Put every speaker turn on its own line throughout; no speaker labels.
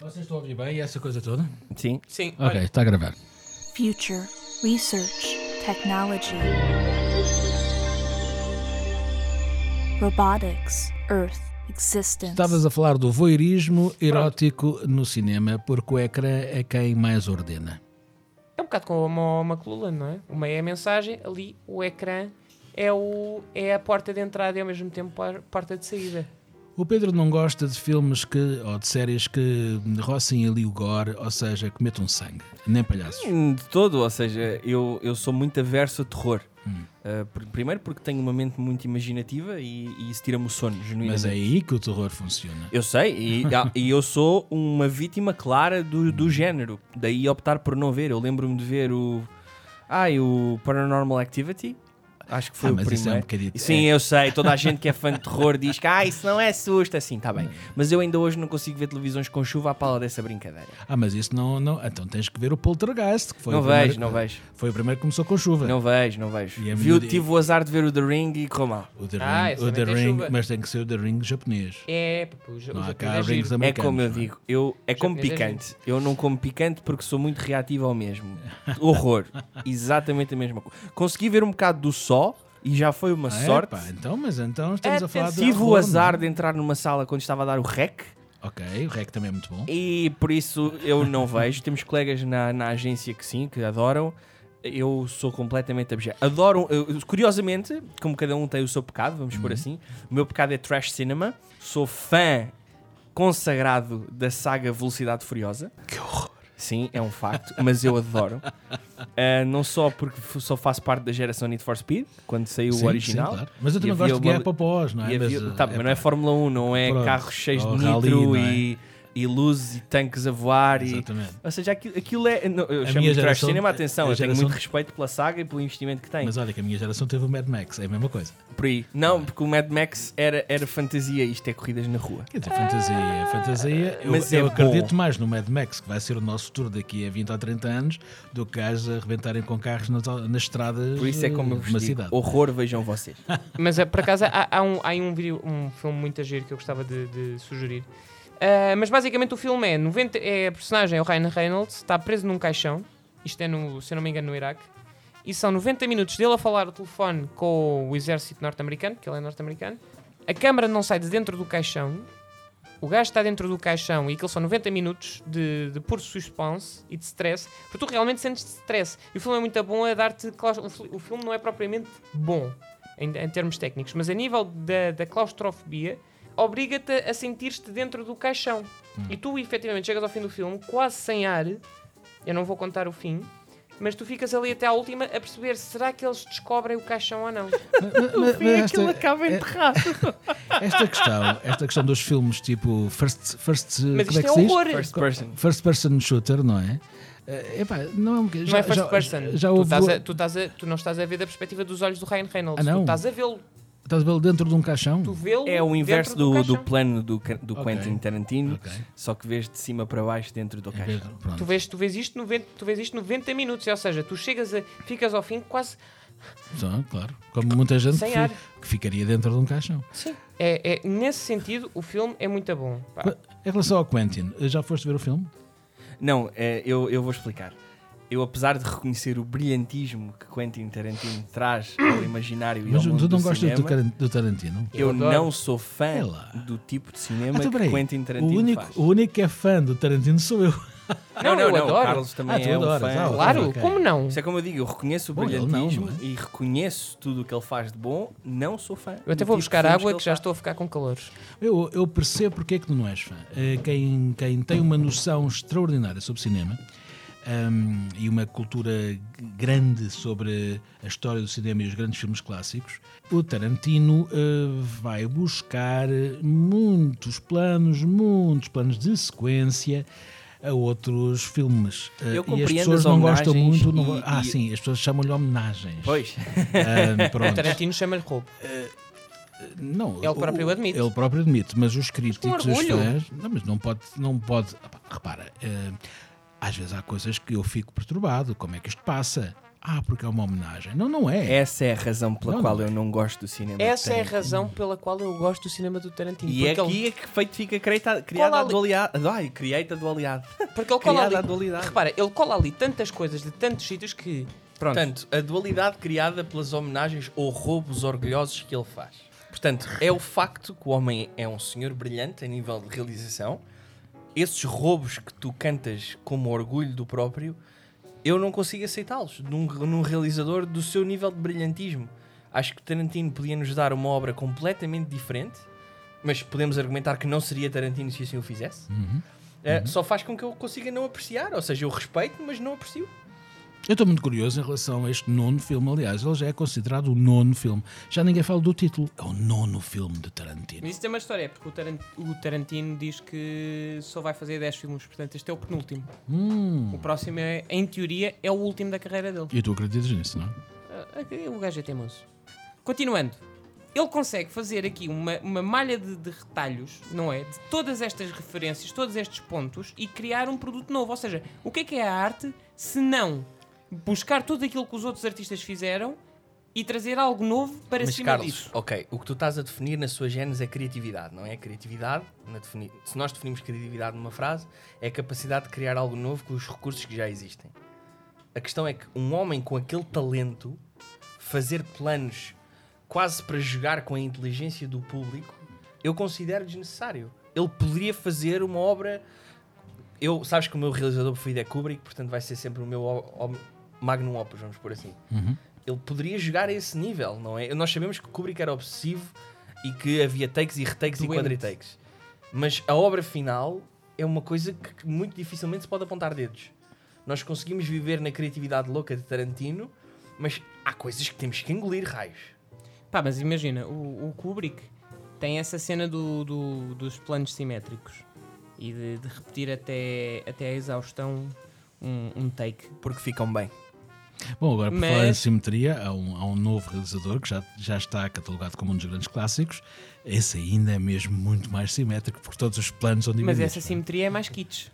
Vocês estão a ouvir bem essa coisa toda?
Sim.
Sim,
Ok,
olha,
está a gravar.
Future, research, technology, robotics, Earth, existence.
Estavas a falar do voyeurismo erótico no cinema, porque o ecrã é quem mais ordena.
é um bocado como uma coluna, não é? Uma é a mensagem, ali o ecrã é, o, é a porta de entrada e ao mesmo tempo a porta de saída.
O Pedro não gosta de filmes que, ou de séries que rocem ali o gore, ou seja, que metam sangue, nem palhaços.
Hum, De todo, ou seja, eu, eu sou muito averso a terror.
Hum.
Ah, pr- primeiro porque tenho uma mente muito imaginativa e, e isso tira-me o sono,
Mas
genuinamente.
é aí que o terror funciona.
Eu sei, e, ah, e eu sou uma vítima clara do, do género. Daí optar por não ver. Eu lembro-me de ver o. Ai, o Paranormal Activity. Acho que foi
Ah,
o
mas
primeiro.
isso é um bocadinho-
Sim, eu sei. Toda a gente que é fã de terror diz que ah, isso não é susto. Assim, tá
Hum.
bem. Mas eu ainda hoje não consigo ver televisões com chuva à pala dessa brincadeira.
Ah, mas isso não, não. Então tens que ver o Poltergeist, que foi
não
o primeiro,
vejo, não vejo.
Foi o primeiro que começou com chuva.
Não vejo, não vejo.
E é
Vi o-
miúdo e-
tive o azar de ver o The Ring e correu mal.
O The Ring,
Ah, esse
o The
também tem
Ring,
chuva.
mas tem que ser o The Ring japonês.
É, pá, o, ja- o
Não há
japonês
cá
é giro.
rings
É
americanos.
como eu
não
digo, eu, é como
Japonês é giro.
picante. Eu não como picante porque sou muito reativo ao mesmo. Horror. Exatamente a mesma coisa. Consegui ver um bocado do sol e já foi uma
Ah, é,
sorte.
pá, então, mas então estamos a falar de.
Tive o
horror,
azar
não
de entrar numa sala quando estava a dar o rec
é? Ok, o REC também é muito bom.
e por isso eu não vejo. Temos colegas na, na agência que sim, que adoram. Eu sou completamente abjeto. Adoram, eu- curiosamente, como cada um tem o seu pecado, vamos
Uhum.
por assim, o meu pecado é trash cinema. Sou fã consagrado da saga Velocidade Furiosa.
Que horror.
Sim, é um facto, mas eu adoro. Ah, não só porque f- só faço parte da geração Need for Speed, quando saiu
Sim,
o original.
sim, claro. Mas eu
E
também
havia
gosto de guerra
uma-
para pós, não é?
e havia-
mas,
tá,
eh,
mas não é
pá,
Fórmula 1, não é
Pronto,
carros cheios de
ou
nitro
rally, não é?
e, e luzes e tanques a voar. E,
Exatamente.
ou seja, aquilo, aquilo é. não, eu
A
chamo
minha
de trash
geração-
cinema,
a
atenção, eu tenho
geração-
muito respeito pela saga e pelo investimento que tem.
Mas olha que a minha geração teve o Mad Max, é a mesma coisa.
Por aí. Não, porque o Mad Max era, era fantasia, isto é corridas na rua.
Quer dizer, fantasia, é fantasia. Eu,
Ah, Mas
eu
é
acredito
bom.
mais no Mad Max, que vai ser o nosso futuro daqui a 20 ou 30 anos, do que gajos a arrebentarem com carros nas, nas estradas
Por isso é como
eh,
eu
de
vos
uma
digo,
cidade. Ah,
horror, vejam vocês.
Mas eh, por acaso há, há um, há aí um, vídeo, um filme muito agir que eu gostava de, de sugerir. Ah, mas basicamente o filme é, 90, é a personagem é o Ryan Reynolds, está preso num caixão, isto é no, se eu não me engano, no Iraque, e são 90 minutos dele a falar ao telefone com o exército norte-americano, que ele é norte-americano, a câmara não sai de dentro do caixão, o gajo está dentro do caixão e aquilo são 90 minutos de, de puro suspense e de stress, porque tu realmente sentes stress. E o filme é muito bom a dar-te. claustro- o fil- O filme não é propriamente bom em, em termos técnicos, mas a nível da, da claustrofobia, obriga-te a sentir-te dentro do caixão.
Hum.
E tu, efetivamente, chegas ao fim do filme quase sem ar. Eu não vou contar o fim. Mas tu ficas ali até à última a perceber será que eles descobrem o caixão ou não.
Mas- mas esta- é-
acaba enterrado.
Esta questão, esta questão dos filmes tipo first, first
Mas
como é
isto
que
é
se diz?
horror.
First person.
First person shooter, não é? Eh, epá, não é um bocadinho-
Não
já-
é first
já-
person.
Já
tu,
houve,
estás a- tu estás a- tu não estás a ver da perspectiva dos olhos do Ryan Reynolds.
Ah, não?
Tu estás a vê-lo.
estás a vê-lo dentro de um caixão?
Tu vê-lo.
É o inverso
dentro
do, do,
caixão.
plano do, Ca- do
Ok.
Quentin Tarantino,
Ok. É
só que vês de cima para baixo dentro do
Em vez
caixão.
de- pronto.
Tu vês, tu, vês isto 90, tu vês isto 90 minutos, ou seja, tu chegas a. ficas ao fim quase.
Só, claro. Como muita gente
Sem
que,
ar.
que ficaria dentro de um caixão.
Sim. É, é- nesse sentido, o filme é muito bom. pá.
Em relação ao Quentin, já foste ver o filme?
Não, é, eu, eu vou explicar. Eu, apesar de reconhecer o brilhantismo que Quentin Tarantino traz ao imaginário e ao
Mas
mundo
tu não
do
gostas
cinema,
do, Taran- do Tarantino?
eu,
Eu adoro.
não sou fã
É lá.
do tipo de cinema
Ah, então,
que
peraí.
Quentin
o,
Tarantino faz.
único, o único que é fã do Tarantino sou eu.
Não, eu
o
adoro.
Carlos também
Ah, tu
é um
adoras, ah,
fã.
ok.
Claro, como não?
Isso é como eu digo, eu reconheço o
Bom, ele não,
brilhantismo
não é?
e reconheço tudo o que ele faz de bom, não sou fã.
Eu até
do
vou
tipo de
buscar
filmes
água que,
ele
já
faz.
estou a ficar com calor.
É,
Eu, eu percebo porque é que tu não és fã. Eh, Quem, quem tem uma noção extraordinária sobre cinema hum, e uma cultura g- grande sobre a história do cinema e os grandes filmes clássicos, o Tarantino eh, vai buscar muitos planos, muitos planos de sequência a outros filmes. Eh,
Eu
e as
compreendo
pessoas
as
não gostam
homenagens
muito. não
e-
go- ah,
e-
sim, as pessoas chamam-lhe homenagens.
Pois,
Hum,
O
pronto.
Tarantino chama-lhe roubo.
é,
Não,
Ele próprio
o-
admite.
Ele próprio admite, mas os críticos, os
orgulho.
fãs, não, mas não pode, não pode. Epá, Repara, eh, às vezes há coisas que eu fico perturbado. Como é que isto passa? ah, porque é uma homenagem. Não, não é.
Essa é a razão pela
Não,
qual
não é.
eu não gosto do cinema.
Essa é a
tanto.
razão pela qual eu gosto do cinema do Tarantino.
E
porque,
aqui
ele,
é que feito fica criada, criada
Qual
a
ali-
dualidade. Ai, criada a dualidade.
porque ele cola
Criada a
ali.
dualidade.
Repara, ele cola ali tantas coisas de tantos sítios que. Pronto.
Portanto, a dualidade criada pelas homenagens ou roubos orgulhosos que ele faz. Portanto, é o facto que o homem é um senhor brilhante a nível de realização. Esses roubos que tu cantas como orgulho do próprio, eu não consigo aceitá-los num, num realizador do seu nível de brilhantismo. Acho que Tarantino podia nos dar uma obra completamente diferente, mas podemos argumentar que não seria Tarantino se assim o fizesse. Eh, Só faz com que eu consiga não apreciar, ou seja, eu respeito, mas não aprecio.
Eu estou muito curioso em relação a este nono filme. Aliás, ele já é considerado o nono filme. Já ninguém fala do título. É o nono filme de Tarantino.
Mas isso tem uma história, é porque o, Taran- o Tarantino diz que só vai fazer 10 filmes, portanto este é o penúltimo.
Hum.
O próximo, é, em teoria, é o último da carreira dele.
E tu acreditas nisso, não é?
Ah, ah, O gajo é teimoso. Continuando, ele consegue fazer aqui uma, uma malha de, de retalhos, não é? De todas estas referências, todos estes pontos e criar um produto novo. Ou seja, o que é que é a arte se não buscar tudo aquilo que os outros artistas fizeram e trazer algo novo para
Mas
cima
Carlos,
disso?
ok, o que tu estás a definir na sua genes é criatividade, não é? Criatividade, na defini- se nós definimos criatividade numa frase, é a capacidade de criar algo novo com os recursos que já existem. A questão é que um homem com aquele talento, fazer planos quase para jogar com a inteligência do público, eu considero desnecessário. Ele poderia fazer uma obra. Eu, sabes que o meu realizador preferido é Kubrick, portanto vai ser sempre o meu o- o- magnum opus, vamos por assim ele poderia jogar a esse nível, não é? Nós sabemos que Kubrick era obsessivo e que havia takes e retakes e
Doente.
quadritakes. Mas a obra final é uma coisa que que muito dificilmente se pode apontar dedos. Nós conseguimos viver na criatividade louca de Tarantino, mas há coisas que temos que engolir raios.
Pá, mas imagina, o, o Kubrick tem essa cena do- do- dos planos simétricos e de, de repetir até, até a exaustão um, um take.
Porque ficam bem.
Bom, agora por
Mas-
falar em simetria, há um, há um novo realizador que já, já está catalogado como um dos grandes clássicos. Esse ainda é mesmo muito mais simétrico, porque todos os planos são divididos.
Mas essa
não
simetria é mais kitsch.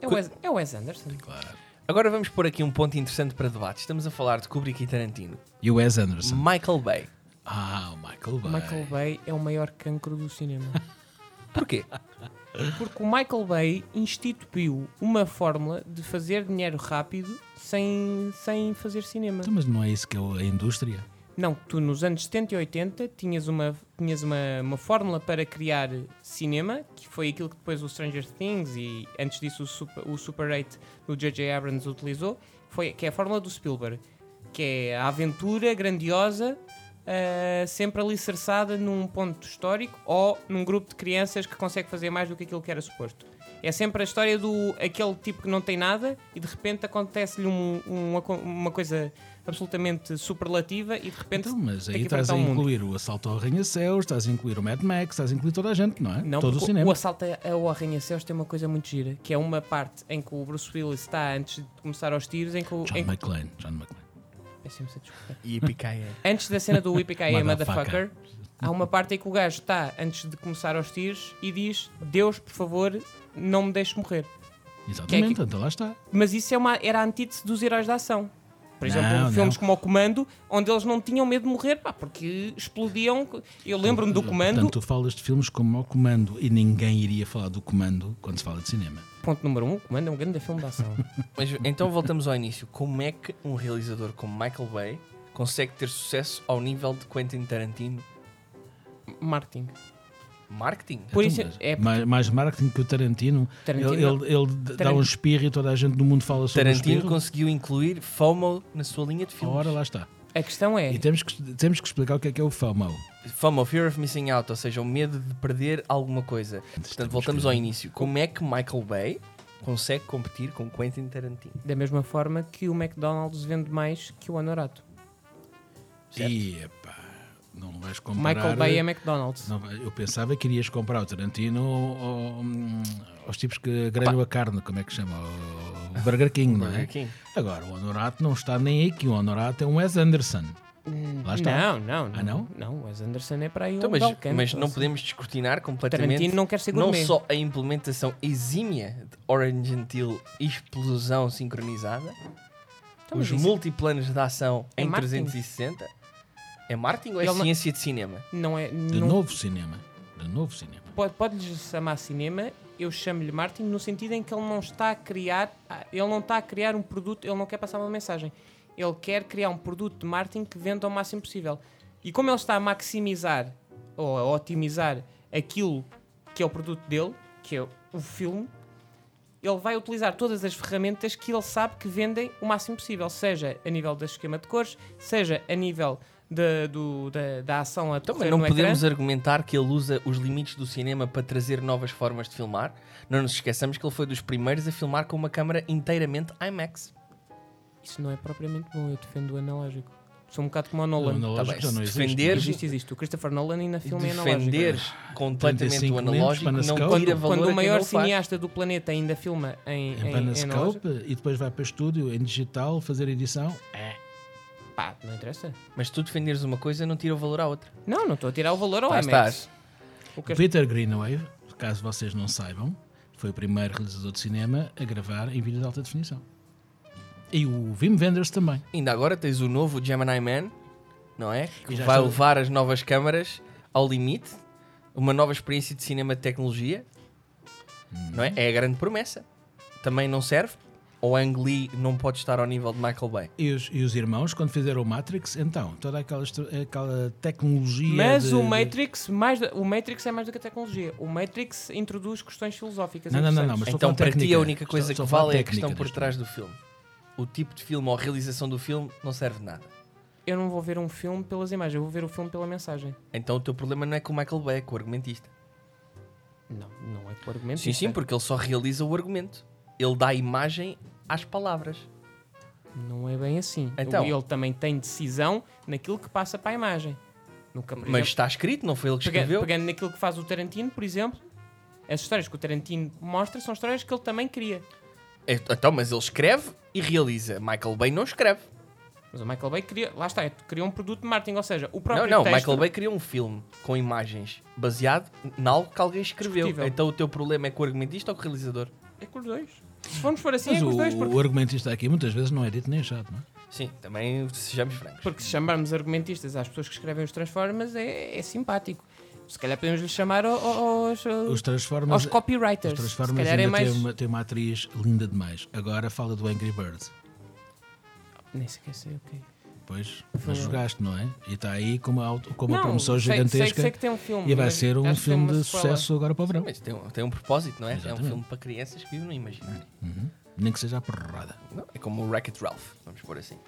É o
Co-
Wes, é o Wes Anderson.
é? Claro.
Agora vamos pôr aqui um ponto interessante para debate. Estamos a falar de Kubrick e Tarantino.
E o Wes Anderson.
Michael Bay.
Ah, o Michael Bay.
Hum. Michael Bay é o maior cancro do cinema.
Porquê?
Porque o Michael Bay instituiu uma fórmula de fazer dinheiro rápido sem, sem fazer cinema.
Então, Mas não é isso que é o- a indústria?
Não, tu nos anos 70 e 80 tinhas uma, tinhas uma, uma fórmula para criar cinema, que foi aquilo que depois o Stranger Things e antes disso o Super, o Super 8 do J.J. Abrams utilizou, foi, que é a fórmula do Spielberg, que é a aventura grandiosa, ah, sempre alicerçada num ponto histórico ou num grupo de crianças que consegue fazer mais do que aquilo que era suposto. É sempre a história do aquele tipo que não tem nada e de repente acontece-lhe um- uma, co- uma coisa absolutamente superlativa e de repente
Então, mas
tem
aí
que
estás
enfrentar
a
o mundo.
incluir o Assalto ao Arranha-Céus, estás a incluir o Mad Max, estás a incluir toda a gente, não é?
Não,
Todo o
porque
cinema.
assalto ao arranha-céus tem uma coisa muito gira, que é uma parte em que o Bruce Willis está antes de começar aos tiros, em que o.
John
Em,
McClane, John McClane.
Peço imensa desculpa.
E picaia.
antes da cena do Whippy
Motherfucker.
Motherfucker, há uma parte em que o gajo está antes de começar aos tiros e diz: Deus, por favor, não me deixe morrer. é
Exatamente, então lá está.
Mas isso é uma, era a antítese dos heróis da ação. Por exemplo,
Não,
filmes
não.
como o Comando, onde eles não tinham medo de morrer, pá, porque explodiam. Eu lembro-me do Comando.
Portanto, tu falas de filmes como o Comando e ninguém iria falar do Comando quando se fala de cinema.
Ponto número um: o Comando é um grande filme de ação.
Mas então voltamos ao início. Como é que um realizador como Michael Bay consegue ter sucesso ao nível de Quentin Tarantino?
Marketing.
Marketing?
Por isso,
Então, mas
é
mais, mais marketing que o Tarantino.
Tarantino
ele ele- ele d- dá um
Tarantino-
espirro e toda a gente do mundo fala sobre o
Tarantino
espirro. Ah,
conseguiu incluir FOMO na sua linha de filmes.
Ora, lá está.
A questão é.
E temos que, temos que explicar o que é que é o FOMO.
FOMO, Fear of Missing Out, ou seja, o medo de perder alguma coisa. Portanto, voltamos ao início. Como é que Michael Bay consegue competir com Quentin Tarantino?
Da mesma forma que o McDonald's vende mais que o Anorato.
Certo.
E, epá, não vais comparar...
Michael Bay é McDonald's.
Não, eu pensava que irias comprar o Tarantino ao- ao- aos tipos que grelham a carne, como é que chama? O Burger King, não é?
King.
Agora, o Honorato não está nem aqui. O Honorato é um Wes Anderson. Lá está.
Hum, Não, não, não.
Ah, não?
Não, o Wes Anderson é para aí
Então,
um
mas,
balcão.
mas não podemos descortinar completamente.
Tarantino não quer ser
Não
gourmet.
só a implementação exímia de Orange Until explosão sincronizada,
Então, mas
os
isso-
multiplanos de ação
É
em
marketing.
360. É marketing ou é
Ele não-
ciência de cinema?
Não é.
De
Não,
novo cinema. De novo cinema.
pode, pode-lhe chamar cinema, eu chamo-lhe Martin no sentido em que ele não está a criar. Ele não está a criar um produto, ele não quer passar uma mensagem. Ele quer criar um produto de marketing que venda o máximo possível. E como ele está a maximizar ou a otimizar aquilo que é o produto dele, que é o filme, ele vai utilizar todas as ferramentas que ele sabe que vendem o máximo possível, seja a nível do esquema de cores, seja a nível da, do- da, da ação a
Então, mas
decorrer
não
no ecrã.
podemos argumentar que ele usa os limites do cinema para trazer novas formas de filmar. Não nos esqueçamos que ele foi dos primeiros a filmar com uma câmara inteiramente IMAX.
Isso não é propriamente bom, eu defendo o analógico. Sou um bocado como o
O
Nolan.
analógico
bem,
já não
se
existe.
defender-
Existe, existe. O Christopher Nolan ainda
E
filma em analógico. é?
defender completamente
35
o analógico
lentes,
não
Panascope.
tira
Quando-
valor
Quando
a
o
quem
maior
não faz.
cineasta do planeta ainda filma em, em,
Em
em
Panascope
analógico.
e depois vai para estúdio, em digital, fazer edição.
Pá, não interessa.
Mas tu defenderes uma coisa não tira o valor à outra.
Não, não é estou a tirar o valor ao
Lá
IMAX.
estás.
O que as-
Peter Greenaway, caso vocês não saibam, foi o primeiro realizador de cinema a gravar em vídeo de alta definição. E o Wim Wenders também.
Ainda agora tens o novo Gemini Man, não é? Que
E já
vai
está-
levar as novas câmaras ao limite, uma nova experiência de cinema de tecnologia,
Hum.
não é? É a grande promessa. Também não serve. Ou Ang Lee não pode estar ao nível de Michael Bay.
E os, e os irmãos, quando fizeram o Matrix, então, toda aquela, estru- aquela tecnologia.
Mas
de-
o
de-
Matrix, mais, do- o Matrix é mais do que a tecnologia. O Matrix introduz questões filosóficas.
Não, não, não, não,
interessantes.
mas estou a
então,
falar
para ti,
técnica.
a única coisa
Estou- estou
que
falar
vale é a
técnica
questão por
deste
trás do filme. O tipo de filme ou a realização do filme não serve de nada.
Eu não vou ver um filme pelas imagens, eu vou ver o filme pela mensagem.
Então, o teu problema não é com o Michael Bay, é com o argumentista.
Não, não é por argumento.
Sim, sim, porque ele só realiza o argumento. Ele dá imagem às palavras.
Não é bem assim.
Então.
Ele também tem decisão naquilo que passa para a imagem. Nunca, por
Mas
exemplo,
está escrito, não foi ele que
pega-
escreveu.
pegando naquilo que faz o Tarantino, por exemplo, as histórias que o Tarantino mostra são histórias que ele também cria.
É, Então, mas ele escreve e realiza. Michael Bay não escreve.
Mas o Michael Bay cria, lá está, criou um produto de marketing, ou seja, o
Não,
próprio
não.
texto-
Michael Bay criou um filme com imagens baseado em algo que alguém escreveu.
Discutível.
Então o teu problema é com o argumentista ou com o realizador?
é com os dois. Se formos por assim,
Mas
é com os
o,
dois, porque,
o argumentista aqui muitas vezes não é dito nem achado, não é?
Sim, também sejamos francos.
porque se chamarmos argumentistas às pessoas que escrevem os Transformers é, é simpático. Se calhar podemos lhes chamar ao- ao- aos,
Os Transformers.
aos copywriters.
os
se
Transformers
calhar é
ainda
mais.
tem, uma, tem uma atriz linda demais. Agora fala do Angry Birds.
Nem sequer sei o que é.
Pois, mas jogaste, não é? E está aí com uma, auto- com uma promoção
sei- sei-
gigantesca.
Sei, que tem um filme.
E vai
mas
ser um
acho que tem
filme
uma
de
sequela.
sucesso agora para o verão.
Mas tem, um- tem um propósito, não é? É um
Exatamente.
filme para crianças que vivem no imaginário.
Nem que seja a porrada.
Não, É como o Wreck-It Ralph, vamos pôr assim.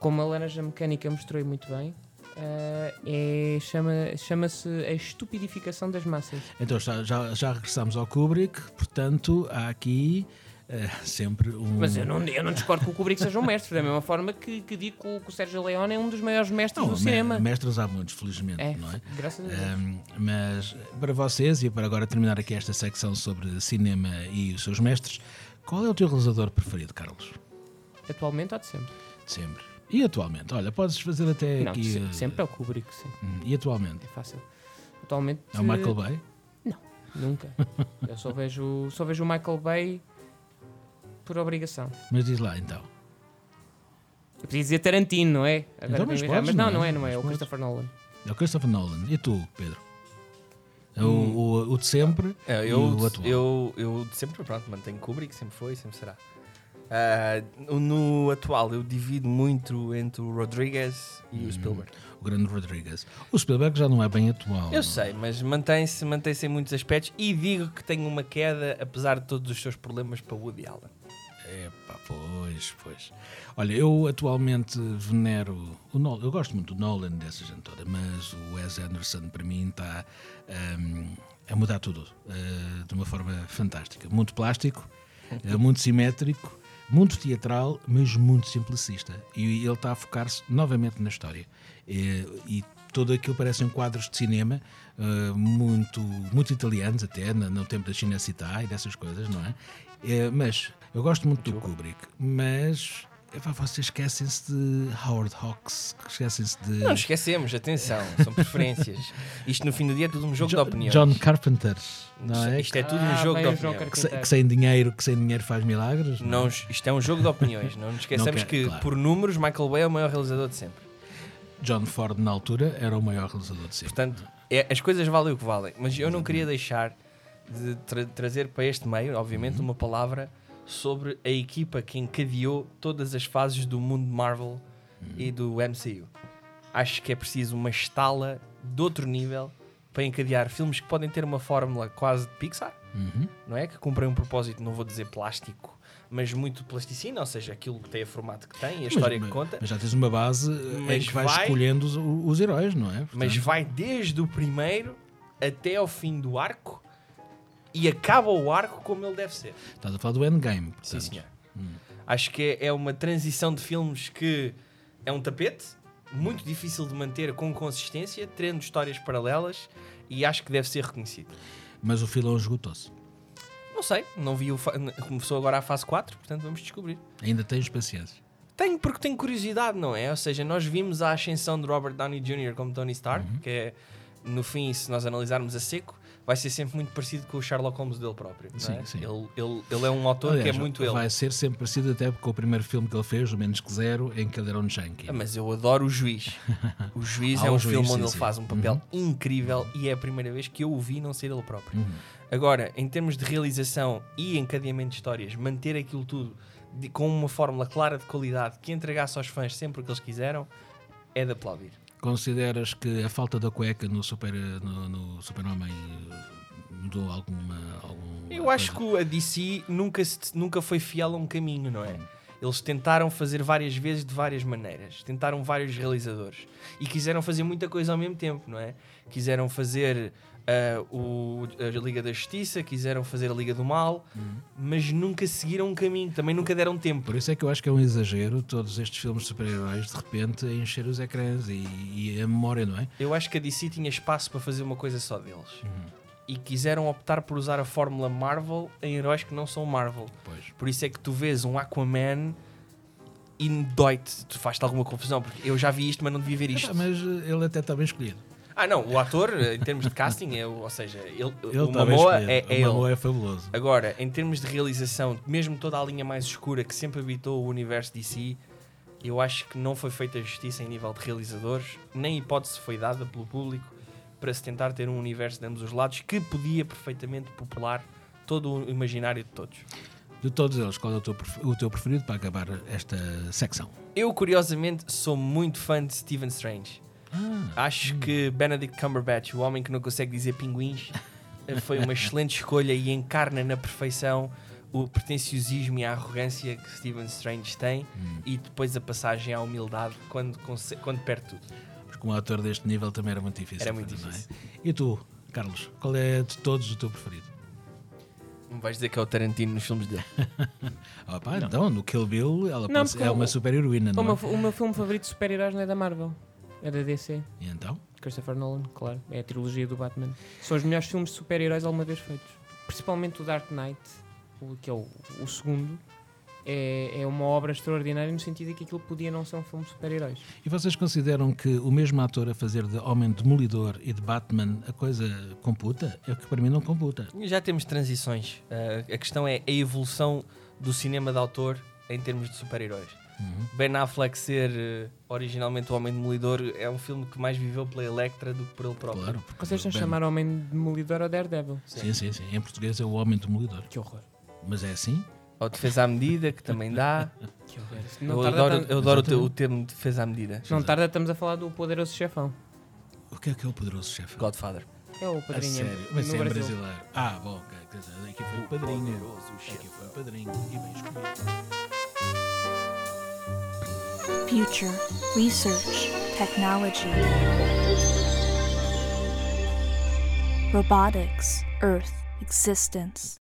Como a Laranja Mecânica mostrou e muito bem, ah, é, chama- chama-se a estupidificação das massas.
Então já, já, já regressamos ao Kubrick, portanto há aqui eh, sempre um.
Mas é eu não, eu não discordo que o Kubrick seja um mestre, da mesma forma que, que digo que o, que o Sérgio Leone é um dos maiores mestres
Não,
do
me-
cinema.
Mestres há muitos, felizmente,
É,
não é?
graças a Deus.
Ahm, mas para vocês, e para agora terminar aqui esta secção sobre cinema e os seus mestres, qual é o teu realizador preferido, Carlos?
Atualmente ou de sempre?
De sempre. E atualmente? Olha, podes fazer até
não, de
aqui.
se-
eh,
sempre é o Kubrick, sim.
hum, E atualmente?
É fácil. Atualmente.
É o Michael Bay?
Nunca. Eu só vejo, só vejo o Michael Bay por obrigação.
Mas diz lá então.
Eu podia dizer Tarantino, não é? Agora
Então, mas
tenho-
podes,
mas
não
não,
é?
não é, não
Mas
é. é o
podes.
Christopher Nolan.
É o Christopher Nolan. E tu, Pedro? É O, o, o de sempre
Hum. É,
e
eu,
o atual.
eu, eu sempre, pronto, mantenho Kubrick, sempre foi, sempre será. Ah, no atual, eu divido muito entre o Rodriguez e
Uhum.
o Spielberg.
O grande Rodrigues. O Spielberg já não é bem atual.
Eu sei, mas mantém-se mantém em muitos aspectos e digo que tenho uma queda, apesar de todos os seus problemas, para Woody Allen.
Epá, pois, pois. Olha, eu atualmente venero o Nolan. Eu gosto muito do Nolan, dessa gente toda, mas o Wes Anderson para mim está hum, a mudar tudo eh, de uma forma fantástica. Muito plástico, eh, muito simétrico, muito teatral, mas muito simplicista. E ele está a focar-se novamente na história. Eh, e tudo aquilo parecem quadros de cinema eh, muito, muito italianos até, no, no tempo da Cinecittà e dessas coisas, não é? Eh, mas eu gosto muito do Kubrick, mas Epá, vocês esquecem-se de Howard Hawks, esquecem-se de
Não nos esquecemos, atenção, são preferências. Isto no fim do dia é tudo um jogo de opiniões.
John Carpenter, não é?
Isto é tudo um
Ah,
jogo
bem,
de
o João
opiniões.
Que, se-
Carpinteiro.
que sem dinheiro, que sem dinheiro faz milagres.
Não, isto é um jogo de opiniões. Não nos esqueçamos
quero,
que,
claro.
por números, Michael Bay é o maior realizador de sempre.
John Ford, na altura, era o maior realizador de sempre.
Portanto, é- as coisas valem o que valem. Mas eu não queria deixar de tra- trazer para este meio, obviamente, uma palavra sobre a equipa que encadeou todas as fases do mundo Marvel e do MCU. Acho que é preciso uma estala de outro nível para encadear filmes que podem ter uma fórmula quase de Pixar, não é? Que cumprem um propósito, não vou dizer plástico, mas muito plasticina, ou seja, aquilo que tem o formato que tem e a história que
mas,
conta.
mas já tens uma base eh, em
Mas
que vais
vai-
escolhendo os, os heróis, não é? Portanto,
mas vai desde o primeiro até ao fim do arco e acaba o arco como ele deve ser.
Estás a falar do endgame. Portanto.
Sim, senhor. Acho que é é uma transição de filmes que é um tapete muito difícil de manter com consistência, tendo histórias paralelas e acho que deve ser reconhecido.
Mas o filão esgotou-se.
Não sei, não vi o fa- começou agora a fase 4, portanto vamos descobrir.
Ainda tens paciência.
Tenho, porque tenho curiosidade, não é? Ou seja, nós vimos a ascensão de Robert Downey Jr. como Tony Stark,
Uhum.
que é, no fim, se nós analisarmos a seco, vai ser sempre muito parecido com o Sherlock Holmes dele próprio. não
Sim,
é?
sim.
Ele, ele, ele é um autor que é
Aliás,
muito ele.
vai ser sempre parecido até com o primeiro filme que ele fez, o Menos Que Zero, em que ele era um junkie.
Ah, Mas eu adoro o Juiz. O Juiz
Ah,
é
o
um
Juiz,
filme
sim,
onde ele
sim. Uhum.
faz um papel incrível e é a primeira vez que eu o vi não ser ele próprio. Agora, em termos de realização e encadeamento de histórias, manter aquilo tudo de- com uma fórmula clara de qualidade que entregasse aos fãs sempre o que eles quiseram, é de aplaudir.
Consideras que a falta da cueca no, super, no, no Super-Homem eh, mudou alguma. alguma
Eu acho
coisa?
que a DC nunca, se- nunca foi fiel a um caminho, não é? Eles tentaram fazer várias vezes de várias maneiras, tentaram vários realizadores e quiseram fazer muita coisa ao mesmo tempo, não é? Quiseram fazer ah, o- a Liga da Justiça, quiseram fazer a Liga do Mal, mas nunca seguiram um caminho, também nunca deram tempo.
Por isso é que eu acho que é um exagero todos estes filmes de super-heróis de repente a encher os ecrãs e, e a memória, não é?
Eu acho que a DC tinha espaço para fazer uma coisa só deles e quiseram optar por usar a fórmula Marvel em heróis que não são Marvel.
Pois.
Por isso é que tu vês um Aquaman e dói-te, tu faz-te alguma confusão, porque eu já vi isto, mas não devia ver isto.
Ah, mas eh, ele até está bem escolhido.
Ah, não, o ator, eh, em termos de casting, é, o- ou seja, ele,
Ele
o
está bem
Mamoa
escolhido.
é, é
o Mamoa
ele.
é fabuloso.
Agora, em termos de realização, mesmo toda a linha mais escura que sempre habitou o universo DC, eu acho que não foi feita justiça em nível de realizadores, nem hipótese foi dada pelo público para se tentar ter um universo de ambos os lados que podia perfeitamente popular todo o imaginário de todos.
De todos eles, qual é o teu, pref- o teu preferido para acabar esta secção?
Eu, curiosamente, sou muito fã de Stephen Strange. Acho
Hum.
que Benedict Cumberbatch, o homem que não consegue dizer pinguins, eh, foi uma excelente escolha e encarna na perfeição o pretenciosismo e a arrogância que Stephen Strange tem
Hum.
e depois a passagem à humildade quando, conse- quando perde tudo.
Porque um ator deste nível também era muito difícil.
Era muito
fazer, não é?
difícil.
E tu, Carlos, qual é de todos o teu preferido?
Não vais dizer que é o Tarantino nos filmes dele.
Ah, pá, então, no Kill Bill, ela
Não,
pode-
porque
é
o-
uma super-heroína,
O
não
meu,
é?
o meu filme favorito de super-heróis não é da Marvel. É da DC.
E então?
Christopher Nolan, claro. É a trilogia do Batman. São os melhores filmes de super-heróis alguma vez feitos. Principalmente o Dark Knight, o, que é o, o segundo. É, é uma obra extraordinária no sentido de que aquilo podia não ser um filme de super-heróis.
E vocês consideram que o mesmo ator a fazer de Homem Demolidor e de Batman a coisa computa? É que para mim não computa.
Já temos transições. Uh, a questão é a evolução do cinema de autor em termos de super-heróis. Ben Affleck ser uh, originalmente o Homem Demolidor é um filme que mais viveu pela Electra do que por ele próprio.
Claro. porque
Vocês estão a
bem-
chamar Homem Demolidor ou Daredevil?
Sim, sim, sim. Em português é o Homem Demolidor.
Que horror.
Mas é assim?
Ou Defesa à Medida, que também dá.
Que horror.
eu
Não tarda,
adoro,
tam-
eu adoro o, te- o termo Defesa à Medida.
não tarda, estamos a falar do Poderoso Chefão.
O que é que é o poderoso chefe?
Godfather.
É o
A
padrinho
sério? Mas
no
é
Brasil.
brasileiro. Ah, bom, ok. Quer dizer, Aqui foi o padrinho. Aqui foi o padrinho. E bem escolhido.
Future Research Technology. Robotics, Earth, Existence.